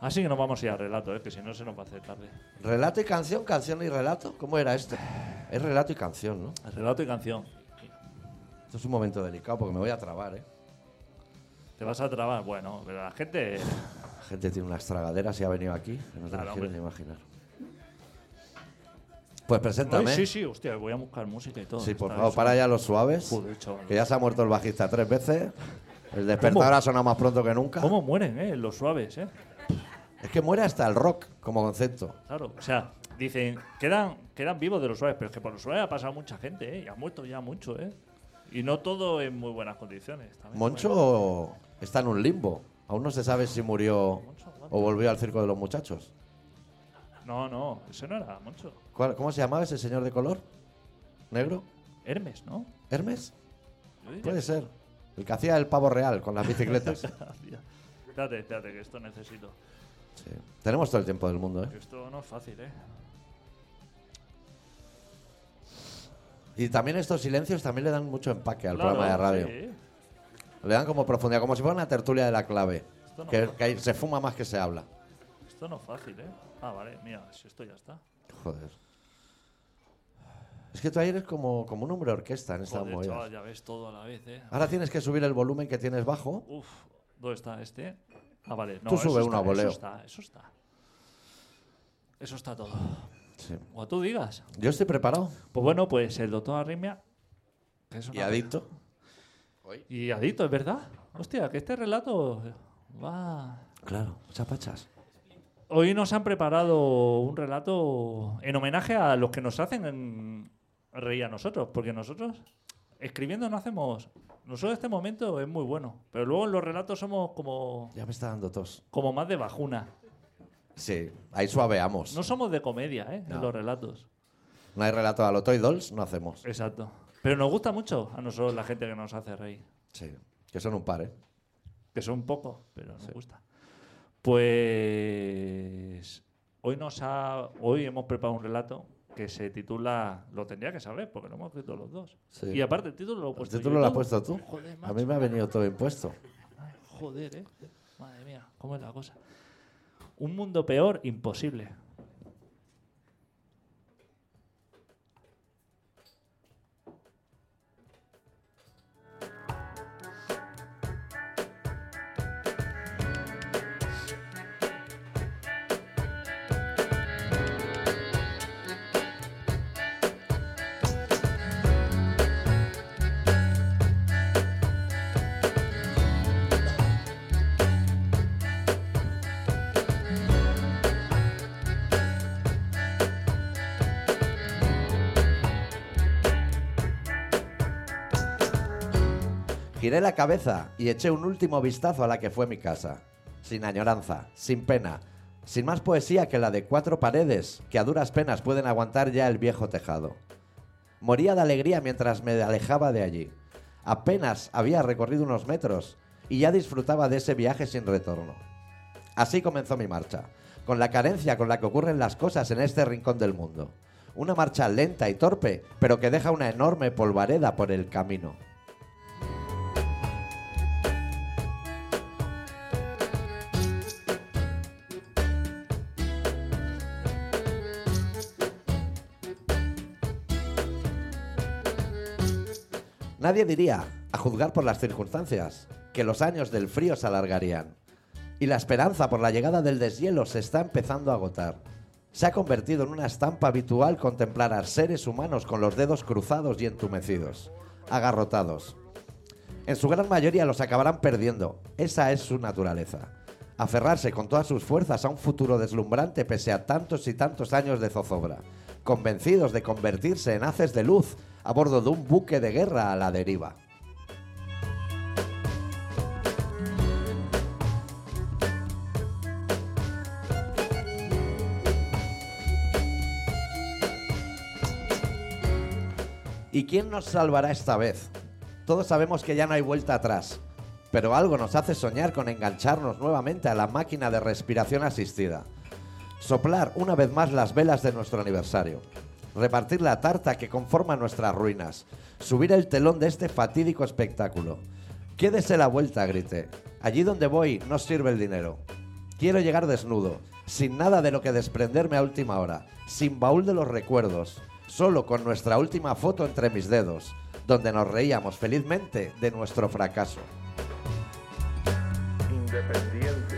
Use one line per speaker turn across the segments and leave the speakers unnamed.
Así que nos vamos a ir al relato, ¿eh? que si no se nos va a hacer tarde.
¿Relato y canción? ¿Canción y relato? ¿Cómo era esto? Es relato y canción, ¿no?
El relato y canción.
Esto es un momento delicado porque me voy a trabar, ¿eh?
Te vas a trabar, bueno, pero la gente.
La gente tiene unas tragaderas y ha venido aquí, que no te
Claro,
lo
hombre.
quieren ni imaginar. Pues
Ay,
preséntame.
sí, sí, hostia, voy a buscar música y todo.
Sí, por
Está
favor,
bien.
para ya los suaves.
Joder, chaval.
Que ya se ha muerto el bajista tres veces. El despertador
¿Cómo?
ha sonado más pronto que nunca.
¿Cómo mueren, eh? Los suaves, eh.
Es que muere hasta el rock como concepto.
Claro, o sea, dicen, quedan, quedan vivos de los suaves, pero es que por los suaves ha pasado mucha gente, ¿eh? Y ha muerto ya mucho, ¿eh? Y no todo en muy buenas condiciones. también.
Moncho está en un limbo. Aún no se sabe si murió
Moncho, aguanta.
o volvió al circo de los muchachos.
No, no, ese no era Moncho.
¿Cuál- ¿Cómo se llamaba ese señor de color? ¿Negro?
Hermes, ¿no?
¿Hermes?
Yo diría
Puede ser. El que hacía el pavo real con las bicicletas.
Hacía- Espérate, espérate, que esto necesito.
Sí. Tenemos todo el tiempo del mundo,
Que
¿eh?
esto no es fácil, ¿eh?
Y también estos silencios también le dan mucho empaque al
Claro,
programa de radio.
sí.
Le dan como profundidad, como si fuera una tertulia de la clave.
Esto no
Que,
mola.
que ahí se fuma más que se habla.
Esto no es fácil, ¿eh? Ah, vale, mira, si esto ya está.
Joder. Es que tú ahí eres como, como un hombre de orquesta en esta
Joder,
movida.
chaval, ya ves todo a la vez, ¿eh?
Ahora tienes que subir el volumen que tienes bajo.
Uf, ¿dónde está este? Ah, vale, no,
Tú
eso
sube
está,
uno a voleo.
Eso está, eso está. Eso está todo.
Sí.
O tú digas.
Yo estoy preparado.
Pues bueno, pues el doctor Arrimia. que es
Y
una-
adicto.
Y adicto, es verdad. Hostia, que este relato va.
Claro, muchas pachas.
Hoy nos han preparado un relato en homenaje a los que nos hacen en- reír a nosotros, porque nosotros escribiendo no hacemos. Nosotros este momento es muy bueno, pero luego en los relatos somos como,
Ya me está dando tos.
como más de bajuna.
Sí, ahí suaveamos.
No
No,
somos de comedia, ¿eh?
No.
En los relatos.
hay relato a lo Toy Dolls, no hacemos.
Exacto. Pero nos gusta mucho a nosotros la gente que nos hace reír.
Sí, que son un par, ¿eh?
que son pocos, pero nos gusta. Pues hoy nos ha, hoy hemos preparado un relato que se titula lo tendría que saber porque lo hemos escrito los dos.
Sí.
Y aparte el título lo he
El
puesto yo y
título lo has
todo.
puesto tú.
Joder,
A
macho.
mí me ha venido todo impuesto.
Joder, eh. Madre mía, cómo es la cosa. Un mundo peor imposible.
Giré la cabeza y eché un último vistazo a la que fue mi casa. Sin añoranza, sin pena, sin más poesía que la de cuatro paredes que a duras penas pueden aguantar ya el viejo tejado. Moría de alegría mientras me alejaba de allí. Apenas había recorrido unos metros y ya disfrutaba de ese viaje sin retorno. Así comenzó mi marcha, con la carencia con la que ocurren las cosas en este rincón del mundo. Una marcha lenta y torpe, pero que deja una enorme polvareda por el camino. Nadie diría, a juzgar por las circunstancias, que los años del frío se alargarían. Y la esperanza por la llegada del deshielo se está empezando a agotar. Se ha convertido en una estampa habitual contemplar a seres humanos con los dedos cruzados y entumecidos, agarrotados. En su gran mayoría los acabarán perdiendo, esa es su naturaleza. Aferrarse con todas sus fuerzas a un futuro deslumbrante pese a tantos y tantos años de zozobra, convencidos de convertirse en haces de luz a bordo de un buque de guerra a la deriva. ¿Y quién nos salvará esta vez? Todos sabemos que ya no hay vuelta atrás, pero algo nos hace soñar con engancharnos nuevamente a la máquina de respiración asistida. Soplar una vez más las velas de nuestro aniversario. Repartir la tarta que conforma nuestras ruinas. Subir el telón de este fatídico espectáculo. Quédese la vuelta, grité. Allí donde voy no sirve el dinero. Quiero llegar desnudo, sin nada de lo que desprenderme a última hora, sin baúl de los recuerdos, solo con nuestra última foto entre mis dedos, donde nos reíamos felizmente de nuestro fracaso.
independiente.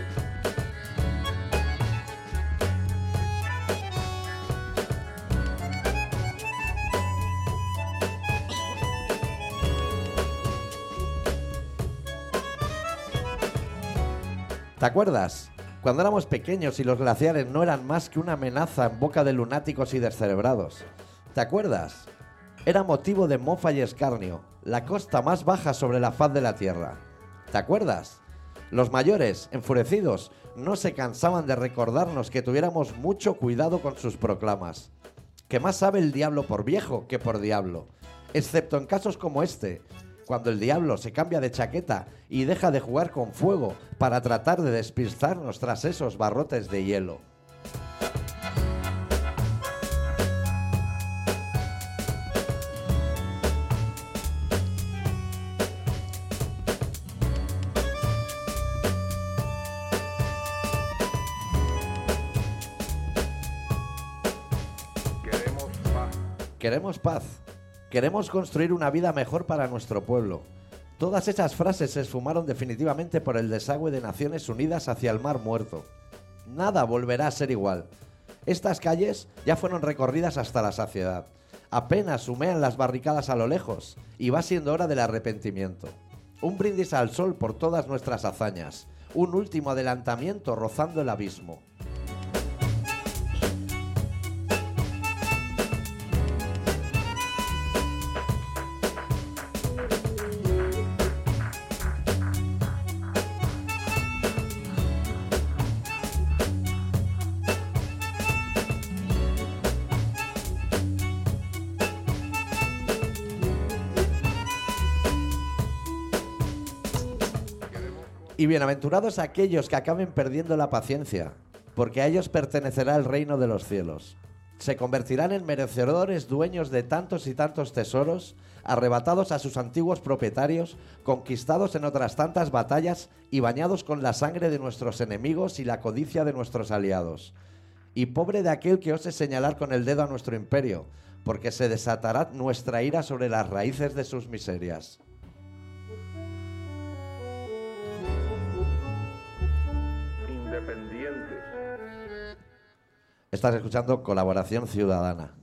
¿Te acuerdas? Cuando éramos pequeños y los glaciares no eran más que una amenaza en boca de lunáticos y descerebrados. ¿Te acuerdas? Era motivo de mofa y escarnio, la costa más baja sobre la faz de la Tierra. ¿Te acuerdas? Los mayores, enfurecidos, no se cansaban de recordarnos que tuviéramos mucho cuidado con sus proclamas. Que más sabe el diablo por viejo que por diablo, excepto en casos como este, cuando el diablo se cambia de chaqueta y deja de jugar con fuego para tratar de despistarnos tras esos barrotes de hielo.
Queremos paz.
Queremos paz. Queremos construir una vida mejor para nuestro pueblo. Todas esas frases se esfumaron definitivamente por el desagüe de Naciones Unidas hacia el Mar Muerto. Nada volverá a ser igual. Estas calles ya fueron recorridas hasta la saciedad. Apenas humean las barricadas a lo lejos y va siendo hora del arrepentimiento. Un brindis al sol por todas nuestras hazañas. Un último adelantamiento rozando el abismo. Y bienaventurados aquellos que acaben perdiendo la paciencia, porque a ellos pertenecerá el reino de los cielos. Se convertirán en merecedores dueños de tantos y tantos tesoros, arrebatados a sus antiguos propietarios, conquistados en otras tantas batallas y bañados con la sangre de nuestros enemigos y la codicia de nuestros aliados. Y pobre de aquel que ose señalar con el dedo a nuestro imperio, porque se desatará nuestra ira sobre las raíces de sus miserias.
Independientes.
Estás escuchando Colaboración Ciudadana.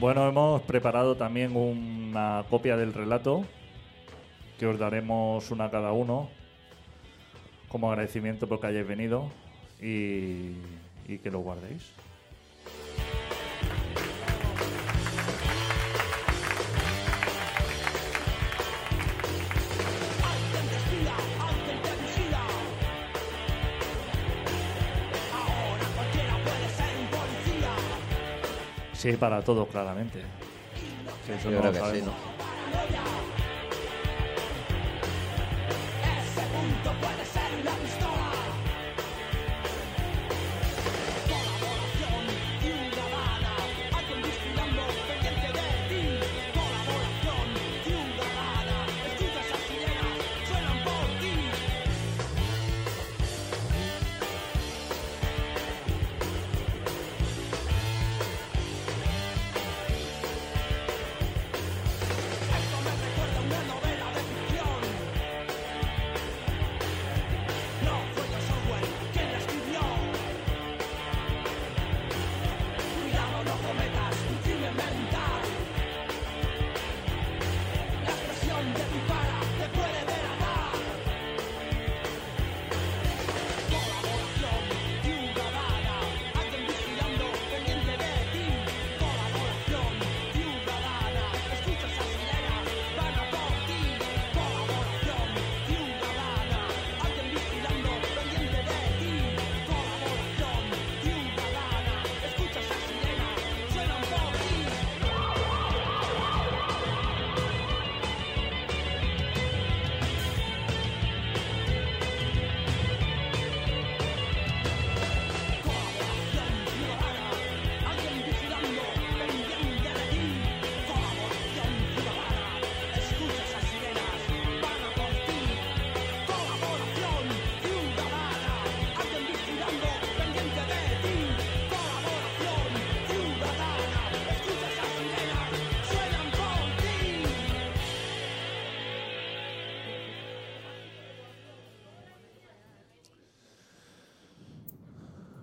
Bueno, hemos preparado también una copia del relato que os daremos una a cada uno como agradecimiento porque hayáis venido y, y que lo guardéis. Sí, para todos, claramente. Que eso
Yo
no
creo
lo
que sí,
sabemos.
¿no?
No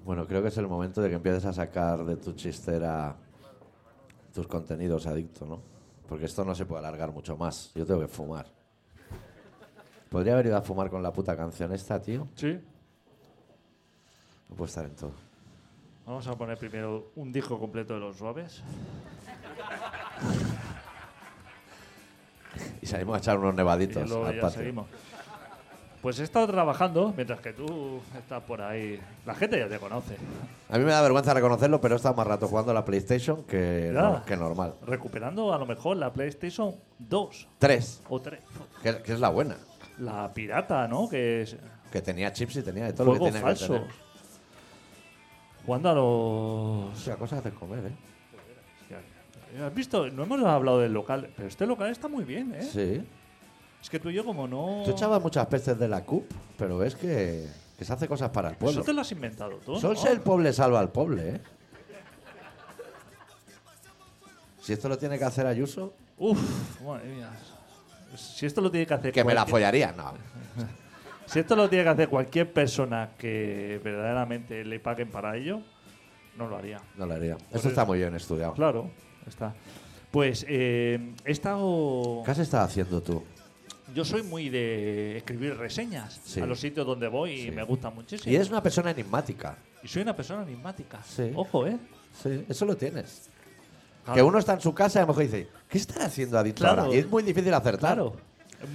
Bueno, creo que es el momento de que empieces a sacar de tu chistera tus contenidos adicto, ¿no? Porque esto no se puede alargar mucho más. Yo tengo que fumar. Podría haber ido a fumar con la puta canción esta, tío.
Sí.
No puede estar en todo.
Vamos a poner primero un disco completo de los suaves.
Y salimos a echar unos nevaditos
Y luego
al
ya
patio.
seguimos. Pues he estado trabajando mientras que tú estás por ahí. La gente ya te conoce.
A mí me da vergüenza reconocerlo, pero he estado más rato jugando a la PlayStation que,
Ya.
no- que normal.
Recuperando a lo mejor la PlayStation 2
Tres,
o 3.
que, que es la buena.
La pirata, ¿no? Que es
Que tenía chips y tenía de todo lo que
juego
tenía que
falso.
tener.
Jugando a los.
Hostia, cosas de comer, ¿eh?
¿Has visto? No hemos hablado del local, pero este local está muy bien, ¿eh?
Sí.
Es que tú y yo, como no.
Tú echabas muchas peces de la CUP, pero ves que, que se hace cosas para el pueblo.
Eso te lo has inventado tú. ¿no?
Sols el poble salva al poble, ¿eh? Si esto lo tiene que hacer Ayuso,
Uf, madre mía. Si esto lo tiene que hacer.
que me la
cualquier-
follaría. No.
Si esto lo tiene que hacer cualquier persona que verdaderamente le paguen para ello, no lo haría.
No lo haría. Esto está muy bien estudiado.
Claro, está. Pues eh, he estado.
¿Qué has estado haciendo tú?
Yo soy muy de escribir reseñas
Sí.
a los sitios donde voy
Sí.
y me gusta muchísimo.
Y eres una persona enigmática.
Y soy una persona enigmática.
Sí.
Ojo, ¿eh?
Sí, eso lo tienes.
Claro.
Que uno está en su casa y a lo mejor dice, ¿qué estará haciendo adicto
Claro.
ahora? Y es muy difícil acertar.
Claro.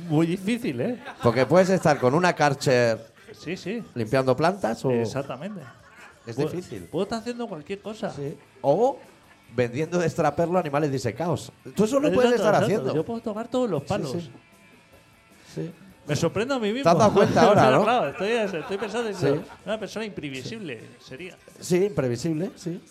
Muy difícil, ¿eh?
Porque puedes estar con una Karcher
Sí, sí.
limpiando plantas o...
Exactamente.
Es
Puedo-
difícil.
Puedo estar haciendo cualquier cosa.
Sí. O vendiendo de extraperlo animales disecados. Tú eso lo
Exacto,
puedes estar
exacto.
haciendo.
Yo puedo tocar todos los palos.
sí. Sí.
Me sorprendo a mí mismo.
has dado cuenta ahora,
Claro,
¿no?
claro, estoy, estoy pensando en
Sí.
ser una persona imprevisible sería.
Sí, imprevisible, sí.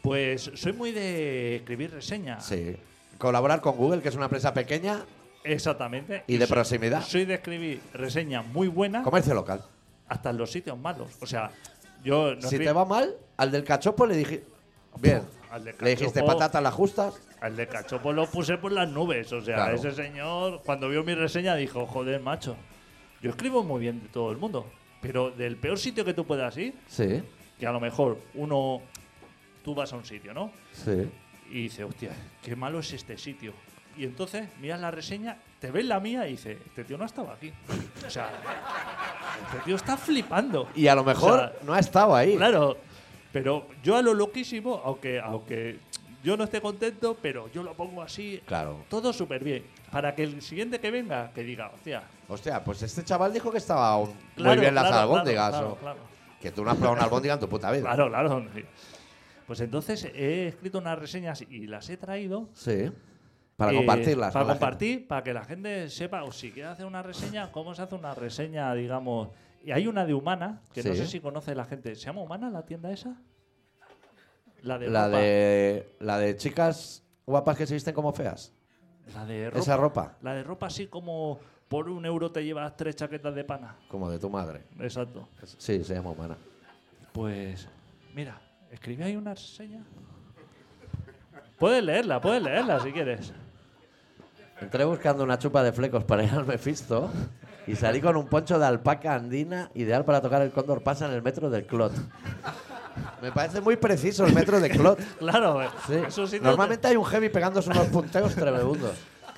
Pues soy muy de escribir reseñas.
Sí. Colaborar con Google, que es una empresa pequeña
Exactamente.
y de
soy-
proximidad.
Soy de escribir reseñas muy buenas
Comercio local.
hasta en los sitios malos. O sea, yo no
si
escri-
te va mal, al del cachopo le dijiste. Bien.
Al del
Le dijiste
cachopo.
patatas las justas.
al de Cachopo lo puse por las nubes. O sea,
Claro.
ese señor, cuando vio mi reseña, dijo, joder, macho, yo escribo muy bien de todo el mundo. Pero del peor sitio que tú puedas ir,
Sí,
que a lo mejor uno, tú vas a un sitio, ¿no?
sí.
Y dice, hostia, qué malo es este sitio. Y entonces miras la reseña, te ves la mía y dices, este tío no estaba aquí. O sea, este tío está flipando.
Y a lo mejor
O sea,
no ha estado ahí.
Claro, pero yo a lo loquísimo, aunque, aunque yo no esté contento, pero yo lo pongo así,
Claro.
todo súper bien. Para que el siguiente que venga, que diga, hostia.
Hostia, pues este chaval dijo que estaba un- muy
claro,
bien las
claro,
albóndigas.
Claro,
o-
claro,
Que tú no has probado una albóndiga en tu puta vida.
claro, claro, sí. Pues entonces he escrito unas reseñas y las he traído
Sí. Para
Eh,
compartirlas.
Para
con la gente.
compartir, para que la gente sepa, o si quiere hacer una reseña, cómo se hace una reseña, digamos. Y hay una de Humana, que no
Sí.
sé si conoce la gente. ¿Se llama Humana la tienda esa? La de
La
ropa.
de, la de chicas guapas que se visten como feas.
la de ropa.
Esa ropa,
La de ropa así como por un euro te llevas tres chaquetas de pana.
como de tu madre.
Exacto.
Sí, se llama humana.
Pues, mira, escribí ahí una reseña. Puedes leerla, puedes leerla si quieres.
Entré buscando una chupa de flecos para ir al Mephisto y salí con un poncho de alpaca andina ideal para tocar el cóndor pasa en el metro del Clot. Me parece muy preciso el metro de Clot.
Claro,
Sí.
es un sitio
Normalmente hay un heavy pegándose unos punteos tremendos.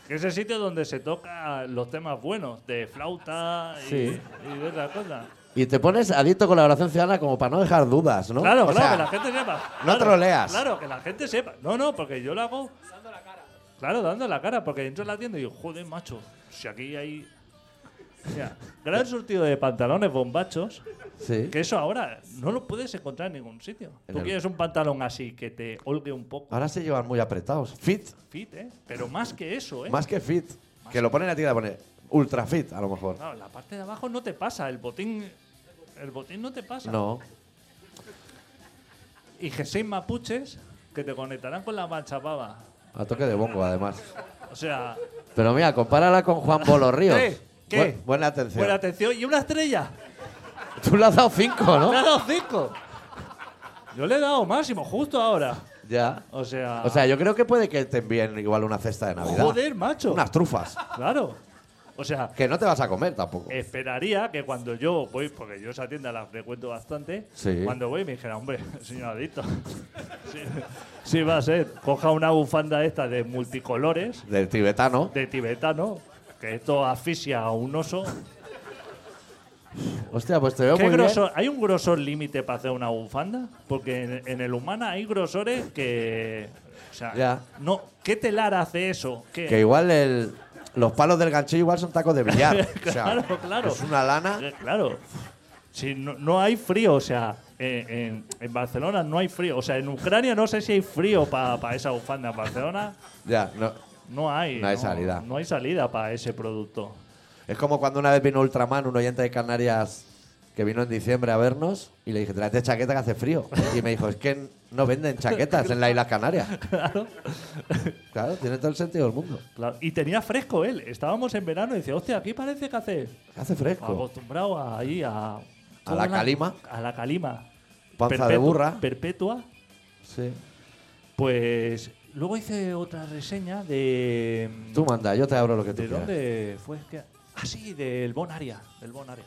Que es el sitio donde se toca los temas buenos, de flauta y,
Sí.
y de otras cosas.
Y te pones adicto colaboración ciudadana como para no dejar dudas, ¿no?
Claro,
O
claro,
sea,
que la gente sepa.
no
Claro,
troleas.
Claro, que la gente sepa. No, no, porque yo lo hago. Dando la cara. Claro, dando la cara, porque entro en la tienda y digo, joder, macho, si aquí hay. O sea, gran surtido de pantalones bombachos,
Sí.
que eso ahora no lo puedes encontrar en ningún sitio.
En
Tú
el-
quieres un pantalón así que te holgue un poco
Ahora se llevan muy apretados. Fit,
fit, ¿eh? Pero más que eso, ¿eh?
más que fit. Que lo ponen a ti de poner ultra fit, a lo mejor.
Claro, la parte de abajo no te pasa, el botín. El botín no te pasa.
No.
y G6 mapuches que te conectarán con la manchapava.
A toque de bongo, además.
O sea,
Pero mira, compárala con Juan Bolo Ríos.
¿Qué? ¿Qué?
Bu- Eh, buena atención.
buena atención y una estrella.
Tú le has dado cinco,
Le
¿no?
ha dado cinco. Yo le he dado máximo justo ahora.
Ya.
O sea,
O sea, yo creo que puede que te envíen igual una cesta de Navidad.
joder, macho.
Unas trufas.
Claro. O sea,
Que no te vas a comer tampoco.
esperaría que cuando yo voy, porque yo esa tienda la frecuento bastante,
Sí.
cuando voy me dijera, hombre, señor adicto, sí, sí va a ser, coja una bufanda esta de multicolores,
Del tibetano.
de tibetano, que esto asfixia a un oso.
Hostia, pues te veo
¿Qué
muy bien.
grosor- ¿Hay un grosor límite para hacer una bufanda? Porque en, en el humana hay grosores que... O sea,
Ya.
no, ¿qué telar hace eso? ¿Qué?
Que igual el- los palos del ganchillo igual son tacos de billar. O sea,
Claro, claro.
Es una lana.
Eh, Claro. Si no, no hay frío, o sea, en, en- en Barcelona no hay frío. O sea, en Ucrania no sé si hay frío para esa bufanda. En Barcelona
Ya, no.
no hay.
No hay salida.
No hay salida para ese producto.
Es como cuando una vez vino Ultraman, un oyente de Canarias que vino en diciembre a vernos y le dije, tráete chaqueta que hace frío. Y me dijo, es que no venden chaquetas en las Islas Canarias.
Claro.
Claro, tiene todo el sentido del mundo.
Claro. Y tenía fresco él. Estábamos en verano y decía, hostia, aquí parece que hace
Hace fresco.
acostumbrado a, ahí a...
A la calima.
A la calima.
Panza de
Perpetu-
burra.
Perpetua.
Sí.
Pues luego hice otra reseña de...
Tú manda, yo te abro lo que tú
¿De
quieras.
dónde fue? ¿Qué? Ah, sí, del Bonaria. Del Bonaria.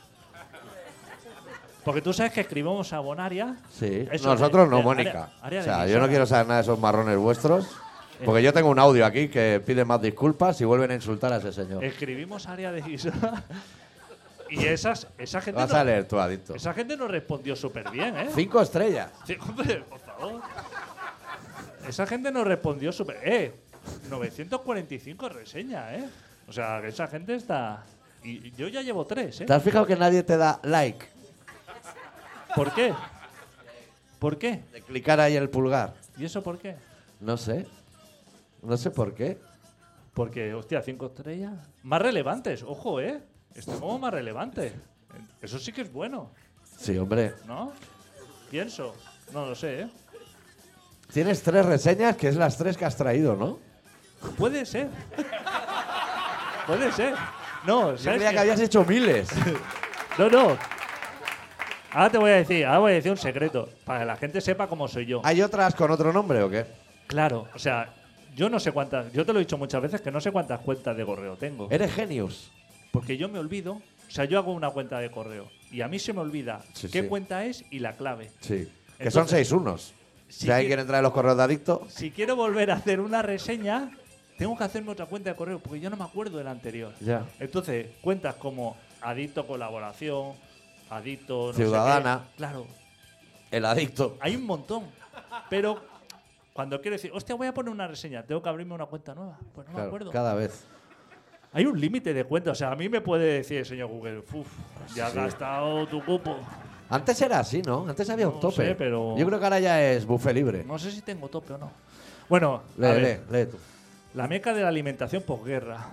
Porque tú sabes que escribimos a Bonaria.
Sí.
Eso,
Nosotros
eh,
no,
eh,
Mónica.
área- área
o
de
sea, yo
emisora. Eh.
no quiero saber nada de esos marrones vuestros. Porque yo tengo un audio aquí que pide más disculpas y vuelven a insultar a ese señor.
Eh, Escribimos área de Gisona. Y esas, esa, gente
Vas a
no,
leer tú, adicto.
esa gente nos respondió súper bien, ¿eh?
Cinco estrellas.
Sí, hombre, por favor. Esa gente nos respondió súper. ¡Eh! 945 reseñas, ¿eh? O sea, que esa gente está. Y y yo ya llevo tres, ¿eh?
¿Te has fijado que nadie te da like?
¿Por qué? ¿Por qué?
De clicar ahí el pulgar.
¿Y eso por qué?
No sé. No sé por qué.
Porque, hostia, cinco estrellas. Más relevantes, ojo, ¿eh? Estamos más relevantes. Eso sí que es bueno,
Sí, hombre.
¿no? Pienso. No lo sé, ¿eh?
Tienes tres reseñas, que es las tres que has traído, ¿no?
Puede ser. Puede ser. No,
Yo
¿sabes
creía
qué?
que habías hecho miles.
No, no. Ahora te voy a decir, ahora voy a decir un secreto. Para que la gente sepa cómo soy yo.
¿Hay otras con otro nombre o qué?
Claro, o sea, yo no sé cuántas. Yo te lo he dicho muchas veces que no sé cuántas cuentas de correo tengo.
Eres genius.
Porque yo me olvido. O sea, yo hago una cuenta de correo. Y a mí se me olvida
Sí,
qué
sí.
cuenta es y la clave.
Sí. Que
Entonces-
son seis unos.
Sí
si hay
que-
quien entra en los correos de adicto,
Si quiero volver a hacer una reseña, tengo que hacerme otra cuenta de correo porque yo no me acuerdo del anterior.
Ya.
Entonces, cuentas como adicto colaboración, adicto no sé qué.
Ciudadana.
claro,
el adicto.
hay un montón. Pero cuando quiero decir, hostia, voy a poner una reseña, tengo que abrirme una cuenta nueva. Pues no me
Claro,
acuerdo.
cada vez.
Hay un límite de cuentas. O sea, a mí me puede decir el señor Google, uff, ya has
Sí.
gastado tu cupo.
Antes era así, ¿no? Antes había
No
un tope.
sé, pero-
Yo creo que ahora ya es buffet libre.
No sé si tengo tope o no. Bueno, a
Lee,
ver.
lee, lee tú.
La meca de la alimentación posguerra.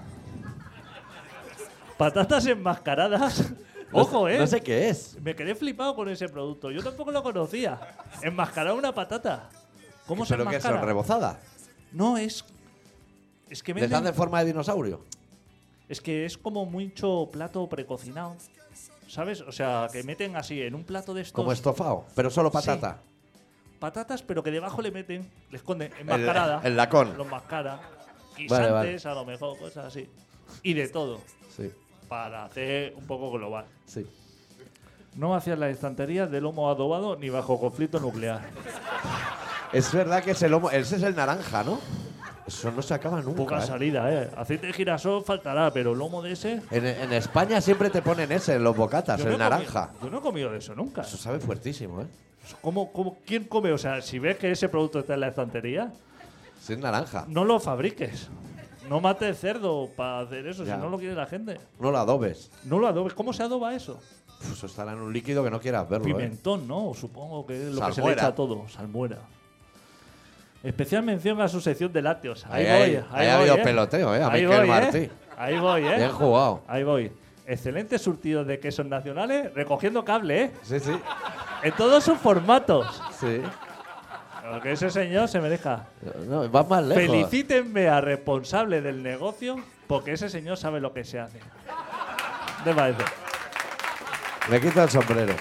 Patatas enmascaradas.
No
Ojo,
sé-
eh.
No sé qué es.
Me quedé flipado con ese producto. Yo tampoco lo conocía. Enmascarar una patata. ¿Cómo se
¿Pero qué
enmascara?
son? ¿Rebozadas?
no, es. Es que
¿Les
venden-
dan de forma de dinosaurio?
Es que es como mucho plato precocinado. ¿Sabes? O sea, que meten así en un plato de estos.
Como estofado, pero solo patata.
Patatas, pero que debajo le meten, le esconden
El,
enmascarada.
el lacón.
Lo enmascara. Guisantes,
Vale, vale.
a lo mejor, cosas así. Y de todo.
Sí,
para hacer un poco global.
sí.
No hacían las estanterías de lomo adobado ni bajo conflicto nuclear.
Es verdad que es el homo- ese es el naranja, ¿no? Eso no se acaba nunca.
Poca
¿eh?
salida, ¿eh? Aceite de girasol faltará, pero lomo de ese...
En, en España siempre te ponen ese en los bocatas,
Yo
el
no he comido-
naranja.
yo no he comido de eso nunca.
Eso sabe fuertísimo, ¿eh?
¿Cómo, cómo, quién come? O sea, si ves que ese producto está en la estantería,
Sí, es naranja.
no lo fabriques. No mates cerdo para hacer eso,
Ya.
si no lo quiere la gente.
No lo adobes.
No lo adobes. ¿Cómo se adoba eso?
Uf, eso estará en un líquido que no quieras verlo. ¿eh?
Pimentón, ¿no? Supongo que es lo que se le
Salmuera.
echa a todo. Salmuera. Especial mención a su sección de lácteos. Ahí,
Ahí, ahí,
voy. Ahí,
ahí ha
voy,
habido
¿eh?
peloteo, ¿eh? A
ahí
Miquel
voy,
Martí.
¿eh? Ahí voy, ¿eh?
Bien jugado.
Ahí voy. Excelentes surtidos de quesos nacionales recogiendo cable, ¿eh?
Sí, sí.
En todos sus formatos.
Sí.
Lo que ese señor se merezca.
No, vas más lejos.
Felicítenme a responsable del negocio porque ese señor sabe lo que se hace. ¿Te parece?
Me quito el sombrero.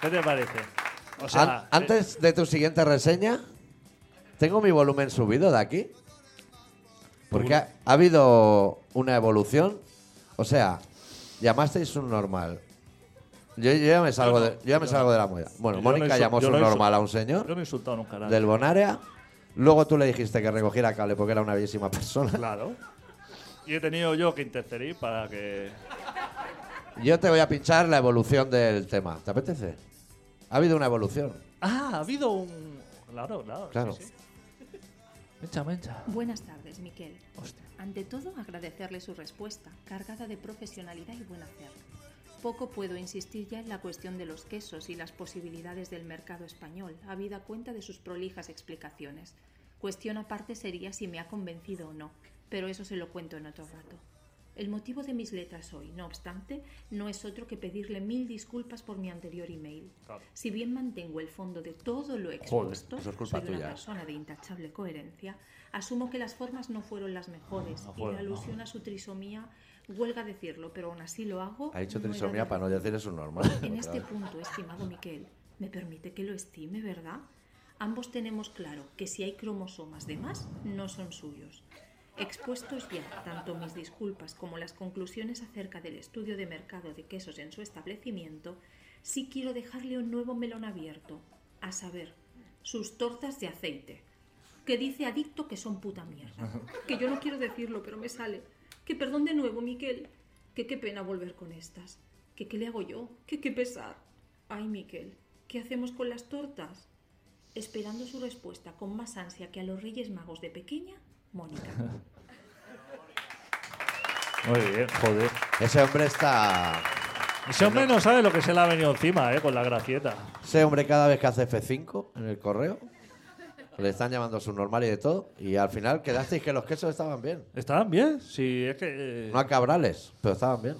¿Qué te parece? O sea,
An- antes de tu siguiente reseña, ¿tengo mi volumen subido de aquí?
eh,
Porque ha, ha habido una evolución. O sea, llamasteis un normal. Yo, yo ya me salgo, de, yo ya me salgo de la moya. Bueno,
eh, Yo no
Mónica
insu-
llamó
yo
un
no insu-
normal a un
Yo
señor
no he insultado nunca a nadie.
del Bonaria. Luego tú le dijiste que recogiera cable porque era una bellísima persona.
Claro. Y he tenido yo que interferir para que.
Yo te voy a pinchar la evolución del tema. ¿Te apetece? Ha habido una evolución.
Ah, ha habido un. Claro, claro. sí,
Claro.
sí. Mencha, mencha.
Buenas tardes, Miquel.
Hostia.
Ante todo, agradecerle su respuesta, cargada de profesionalidad y buen hacer. Poco puedo insistir ya en la cuestión de los quesos y las posibilidades del mercado español, habida cuenta de sus prolijas explicaciones. Cuestión aparte sería si me ha convencido o no, pero eso se lo cuento en otro rato. El motivo de mis letras hoy, no obstante, no es otro que pedirle mil disculpas por mi anterior email.
Claro.
Si bien mantengo el fondo de todo lo expuesto,
eso es culpa
soy una
tuya.
persona de intachable coherencia, asumo que las formas no fueron las mejores
No, no
y
fueron,
la alusión a su trisomía huelga decirlo, pero aún así lo hago.
Ha dicho
no era
trisomía
de
para no
recibo.
decir es un normal.
En
Otra
este
vez.
punto, estimado Miquel, me permite que lo estime, ¿verdad? Ambos tenemos claro que si hay cromosomas de más, no son suyos. Expuestos ya tanto mis disculpas como las conclusiones acerca del estudio de mercado de quesos en su establecimiento, sí quiero dejarle un nuevo melón abierto, a saber, sus tortas de aceite, que dice adicto que son puta mierda, que yo no quiero decirlo, pero me sale, que perdón de nuevo, Miquel, que qué pena volver con estas, que qué le hago yo, que qué pesar. Ay, Miquel, ¿qué hacemos con las tortas? Esperando su respuesta con más ansia que a los Reyes Magos de pequeña, Mónica.
Muy bien, joder.
Ese hombre está.
Ese hombre no sabe lo que se le ha venido encima, eh, con la gracieta.
Ese hombre cada vez que hace F5 en el correo, le están llamando su normal y de todo, y al final quedasteis que los quesos estaban bien.
¿Estaban bien? Sí, es que. eh,
No a cabrales, pero estaban bien.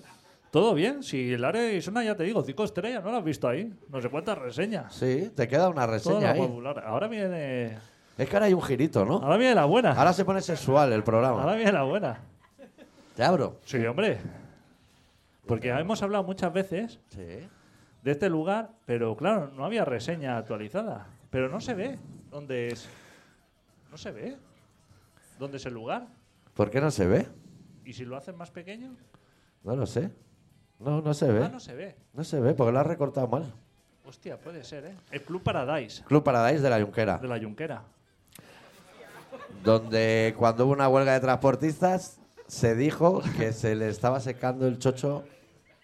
Todo bien. Si el área y Sona, ya te digo, cinco estrellas, ¿no lo has visto ahí? No sé cuántas reseñas.
Sí, te queda una
Todo
reseña
lo
ahí.
popular. Ahora viene.
Es que ahora hay un girito, ¿no?
Ahora viene la buena.
Ahora se pone sexual el
Ahora
programa.
viene la buena.
Te abro.
Sí, hombre. Porque hemos hablado muchas veces
Sí.
de este lugar, pero claro, no había reseña actualizada. Pero no se ve dónde es. No se ve. ¿Dónde es el lugar?
¿Por qué no se ve?
¿Y si lo hacen más pequeño?
No lo sé. No, no se
Ah,
ve.
no se ve.
No se ve porque lo has recortado mal.
Hostia, puede ser, ¿eh? El Club Paradise
Club Paradise de la Junquera,
de la Yunquera.
donde cuando hubo una huelga de transportistas se dijo que se le estaba secando el chocho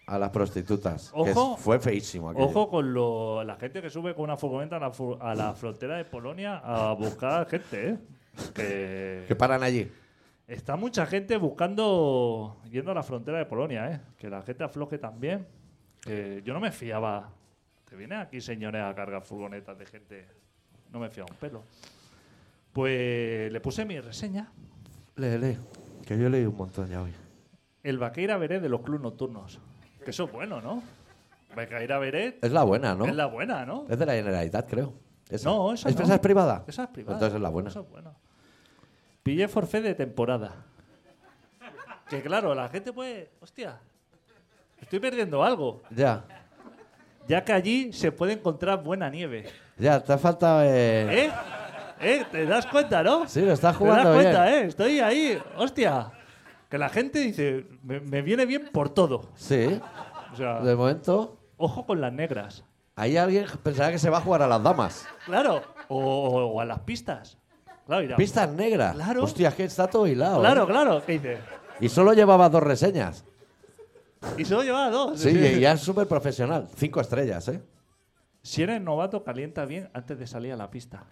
a las prostitutas. que
Ojo.
fue feísimo. aquello.
Ojo con lo- la gente que sube con una furgoneta a la, fu- a la frontera de Polonia a buscar gente, ¿eh? Que-
Que paran allí.
Está mucha gente buscando, yendo a la frontera de Polonia, ¿eh? Que la gente afloje también. Que yo no me fiaba. Te vienen aquí señores a cargar furgonetas de gente. No me fiaba un pelo. Pues le puse mi reseña.
Lee, lee. Que yo leí un montón ya hoy.
El Vaqueira Veré de los clubes nocturnos. Que eso es bueno, ¿no? Vaqueira Veré
Es la buena, ¿no?
es la buena, ¿no?
Es de la Generalitat, creo. Esa.
No, esa
¿Es,
no.
esa es privada?
Esa es privada.
Entonces es la buena.
Esa es buena. Pillé forfé de temporada. Que claro, la gente puede. Hostia, estoy perdiendo algo.
Ya.
Ya que allí se puede encontrar buena nieve.
Ya, te ha faltado... eh,
¿Eh? ¿Eh? ¿Te das cuenta, no?
Sí, lo estás
Te das
jugando
cuenta, ¿eh? Estoy ahí. Hostia. Que la gente dice, me, me viene bien por todo.
Sí.
O sea,
De momento,
ojo con las negras.
ahí alguien pensará que se va a jugar a las damas.
Claro. O, o a las pistas. Claro, irá.
Pistas negras.
Claro.
Hostia, es que está todo hilado. ¿eh?
Claro, claro. ¿Qué dices?
Y solo llevaba dos reseñas.
Y solo llevaba dos.
Sí, y ya es súper profesional. Cinco estrellas, ¿eh?
Si eres novato, calienta bien antes de salir a la pista.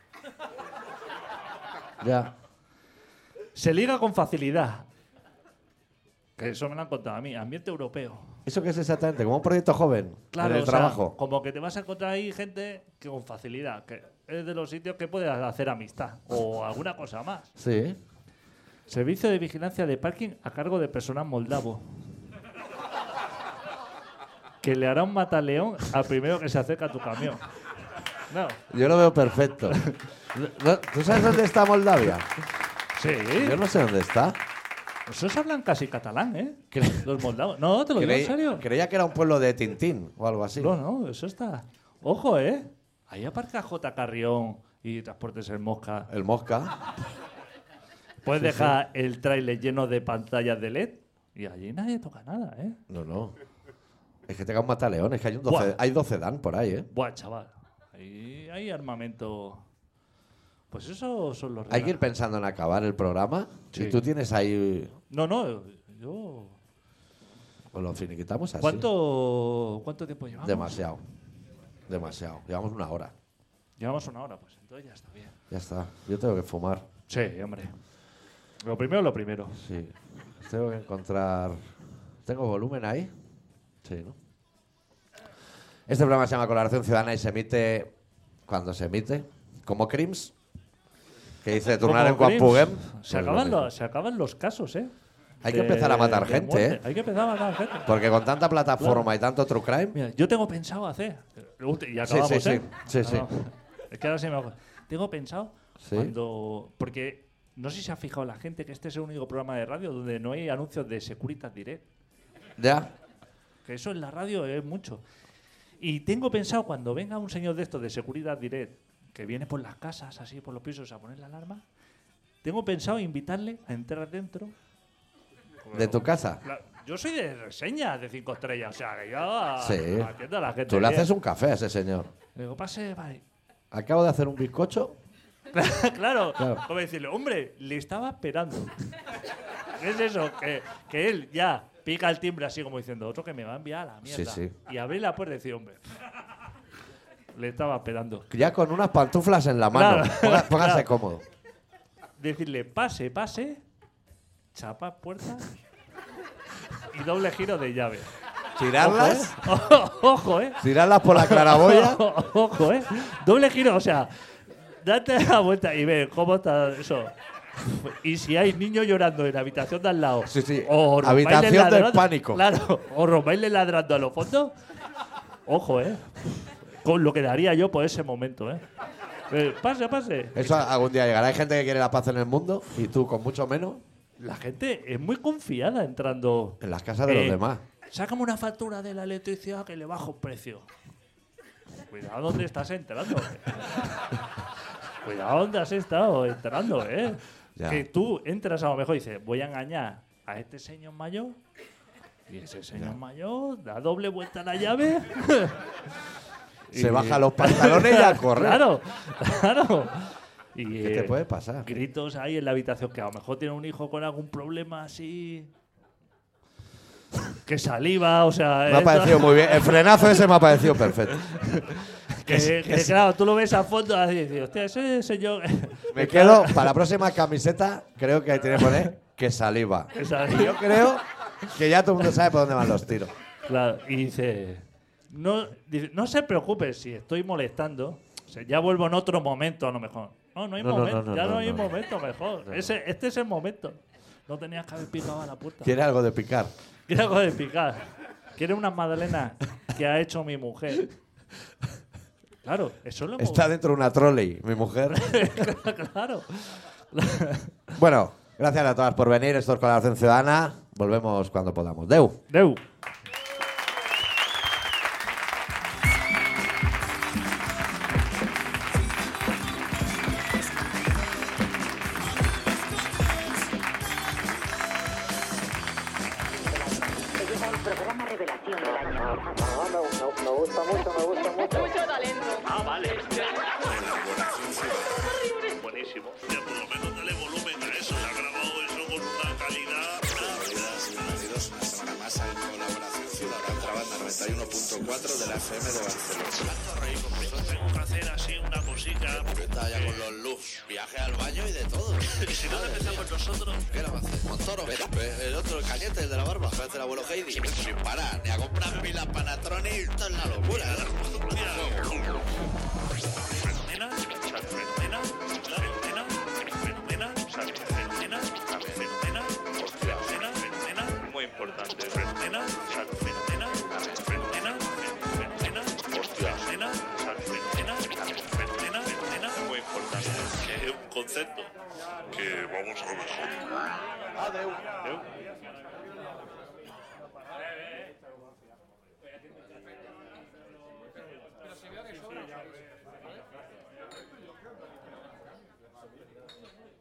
Ya.
Se liga con facilidad. Que eso me lo han contado a mí. Ambiente europeo.
¿Eso qué es exactamente? Como un proyecto joven.
Claro,
En el
o sea,
trabajo.
como que te vas a encontrar ahí gente que con facilidad, que es de los sitios que puedes hacer amistad o alguna cosa más.
Sí.
Servicio de vigilancia de parking a cargo de personal moldavo. Que le hará un mataleón al primero que se acerca a tu camión. No.
Yo lo veo perfecto. No, ¿Tú sabes dónde está Moldavia?
Sí.
Yo no sé dónde está.
Esos hablan casi catalán, ¿eh? Los moldavos. No, te lo digo en
Creí-
serio.
creía que era un pueblo de Tintín o algo así.
No, no, eso está. Ojo, ¿eh? Ahí aparca J. Carrión y Transportes en Mosca.
El Mosca.
Puedes
Sí, sí.
dejar el tráiler lleno de pantallas de LED y allí nadie toca nada, ¿eh?
No, no. Es que te un mataleones, que hay, un
Buah.
12, hay 12 dan por ahí, ¿eh?
Buah, chaval. Ahí hay armamento. Pues esos son los
Hay que ir
regalos.
pensando en acabar el programa.
Sí.
Si tú tienes ahí.
No, no, yo.
Ah, Pues lo finiquitamos así.
¿Cuánto, ¿Cuánto tiempo llevamos?
Demasiado. Demasiado. Llevamos una hora.
Llevamos una hora, pues entonces ya está bien.
Ya está. Yo tengo que fumar.
Sí, hombre. Lo primero, lo primero.
Sí. Tengo que encontrar. ¿Tengo volumen ahí? Sí, ¿no? Este programa se llama Colaboración Ciudadana y se emite cuando se emite. Como Crims. Que dice turnar en
Como
Juan
Crims,
Puguem. Pues
Se acaban, los, se acaban los casos, ¿eh?
Hay que empezar a matar
de
gente,
muerte.
¿eh?
Hay que empezar a matar gente.
Porque con tanta plataforma y tanto true crime.
Mira, yo tengo pensado hacer. Ulti- Y acabamos,
sí,
¿eh?
sí, sí.
Acabamos. Es que ahora se me ocurre. Tengo pensado
Sí.
cuando. Porque no sé si se ha fijado la gente que este es el único programa de radio donde no hay anuncios de Securitas Direct.
Ya.
Que eso en la radio es mucho. Y tengo pensado cuando venga un señor de estos de Seguridad Direct, que viene por las casas, así por los pisos, a poner la alarma, tengo pensado invitarle a entrar dentro.
De tu casa.
La- yo soy de reseñas de cinco estrellas, o sea, que yo a-
Sí.
atiendo a la gente.
Tú le
bien.
haces un café a ese señor.
Le digo, pase, vale.
Acabo de hacer un bizcocho.
claro,
Claro.
como decirle, hombre, le estaba esperando. ¿Qué es eso? Que, que él ya pica el timbre así como diciendo, otro que me va a enviar a la mierda.
Sí, sí.
Y abrí la puerta y decir, hombre, le estaba esperando.
Ya con unas pantuflas en la mano.
Claro.
Ponga- Póngase
Claro.
cómodo.
Decirle, pase, pase, chapa puerta y doble giro de llave.
Tirarlas.
Ojo, ¿eh?
Tirarlas por la claraboya.
Ojo, ¿eh? Doble giro, o sea, date la vuelta y ve cómo está eso. Y si hay niños llorando en la habitación de al lado,
Sí, sí.
o rompáisle
Habitación del
ladrando-
pánico.
Claro, o rompáisle ladrando a los fondos, ojo, ¿eh? Con lo que daría yo por ese momento, ¿eh? Eh, pase, pase.
Eso algún día llegará. Hay gente que quiere la paz en el mundo y tú con mucho menos
La gente es muy confiada entrando.
en las casas de
Eh,
los demás.
Sácame una factura de la electricidad que le bajo un precio. Cuidado dónde estás entrando. eh. Cuidado dónde has estado entrando, ¿eh?
Ya.
Que tú entras a lo mejor y dices, voy a engañar a este señor mayor. Y ese señor mayor da doble vuelta a la llave.
Se
y-
baja los pantalones y a correr.
Claro, claro. Y,
¿Qué te
eh,
puede pasar?
Gritos ahí en la habitación que a lo mejor tiene un hijo con algún problema así. Que saliva, o sea.
Me ha
esto-
parecido muy bien. El frenazo ese me ha parecido perfecto.
Que, que claro, tú lo ves a fondo así y dices, hostia, ese señor.
Me quedo para la próxima camiseta. Creo que tiene que poner que saliva.
que saliva.
Y yo creo que ya todo el mundo sabe por dónde van los tiros.
Claro, y dice no, dice, no se preocupe si estoy molestando. O sea, ya vuelvo en otro momento, a lo mejor. No, no hay
No, no,
momento,
no, no,
ya no,
no,
hay
no.
momento mejor. Ese, este es el momento. No tenías que haber picado a la puerta.
Quiere algo de picar.
Quiero algo de picar. Quiero una magdalena que ha hecho mi mujer. Claro, eso lo hemos...
Está dentro de una trolley, mi mujer.
Claro.
bueno, gracias a todas por venir. Esto es Colaboración Ciudadana. Volvemos cuando podamos. Deu.
Deu.
Buenísimo. Ya por lo menos dale volumen a eso. Se ha grabado eso con una calidad.
Bienvenidos una semana más a Colaboración Ciudadana, otra banda 91.4 de la FM de Barcelona.
Yo tengo que hacer así una cosita.
Está ya con los loops, viaje al baño y de todo.
Y si no empezamos nosotros,
¿Qué lo haces? Montoro, ve- ve- el otro, el cañete, el de la barba, el abuelo Heidi. Sin parar, ni a comprar pilas panatrones, esto es la locura.
fenomenas, fenomenas, fenomenas, fenomenas, fenomenas, fenomenas, fenomenas, fenomenas. Muy importante. Fenomenas, fenomenas, fenomenas, fenomenas, fenomenas, fenomenas, fenomenas, fenomenas. Muy importante. Que es un concepto que vamos a ver. Adeu.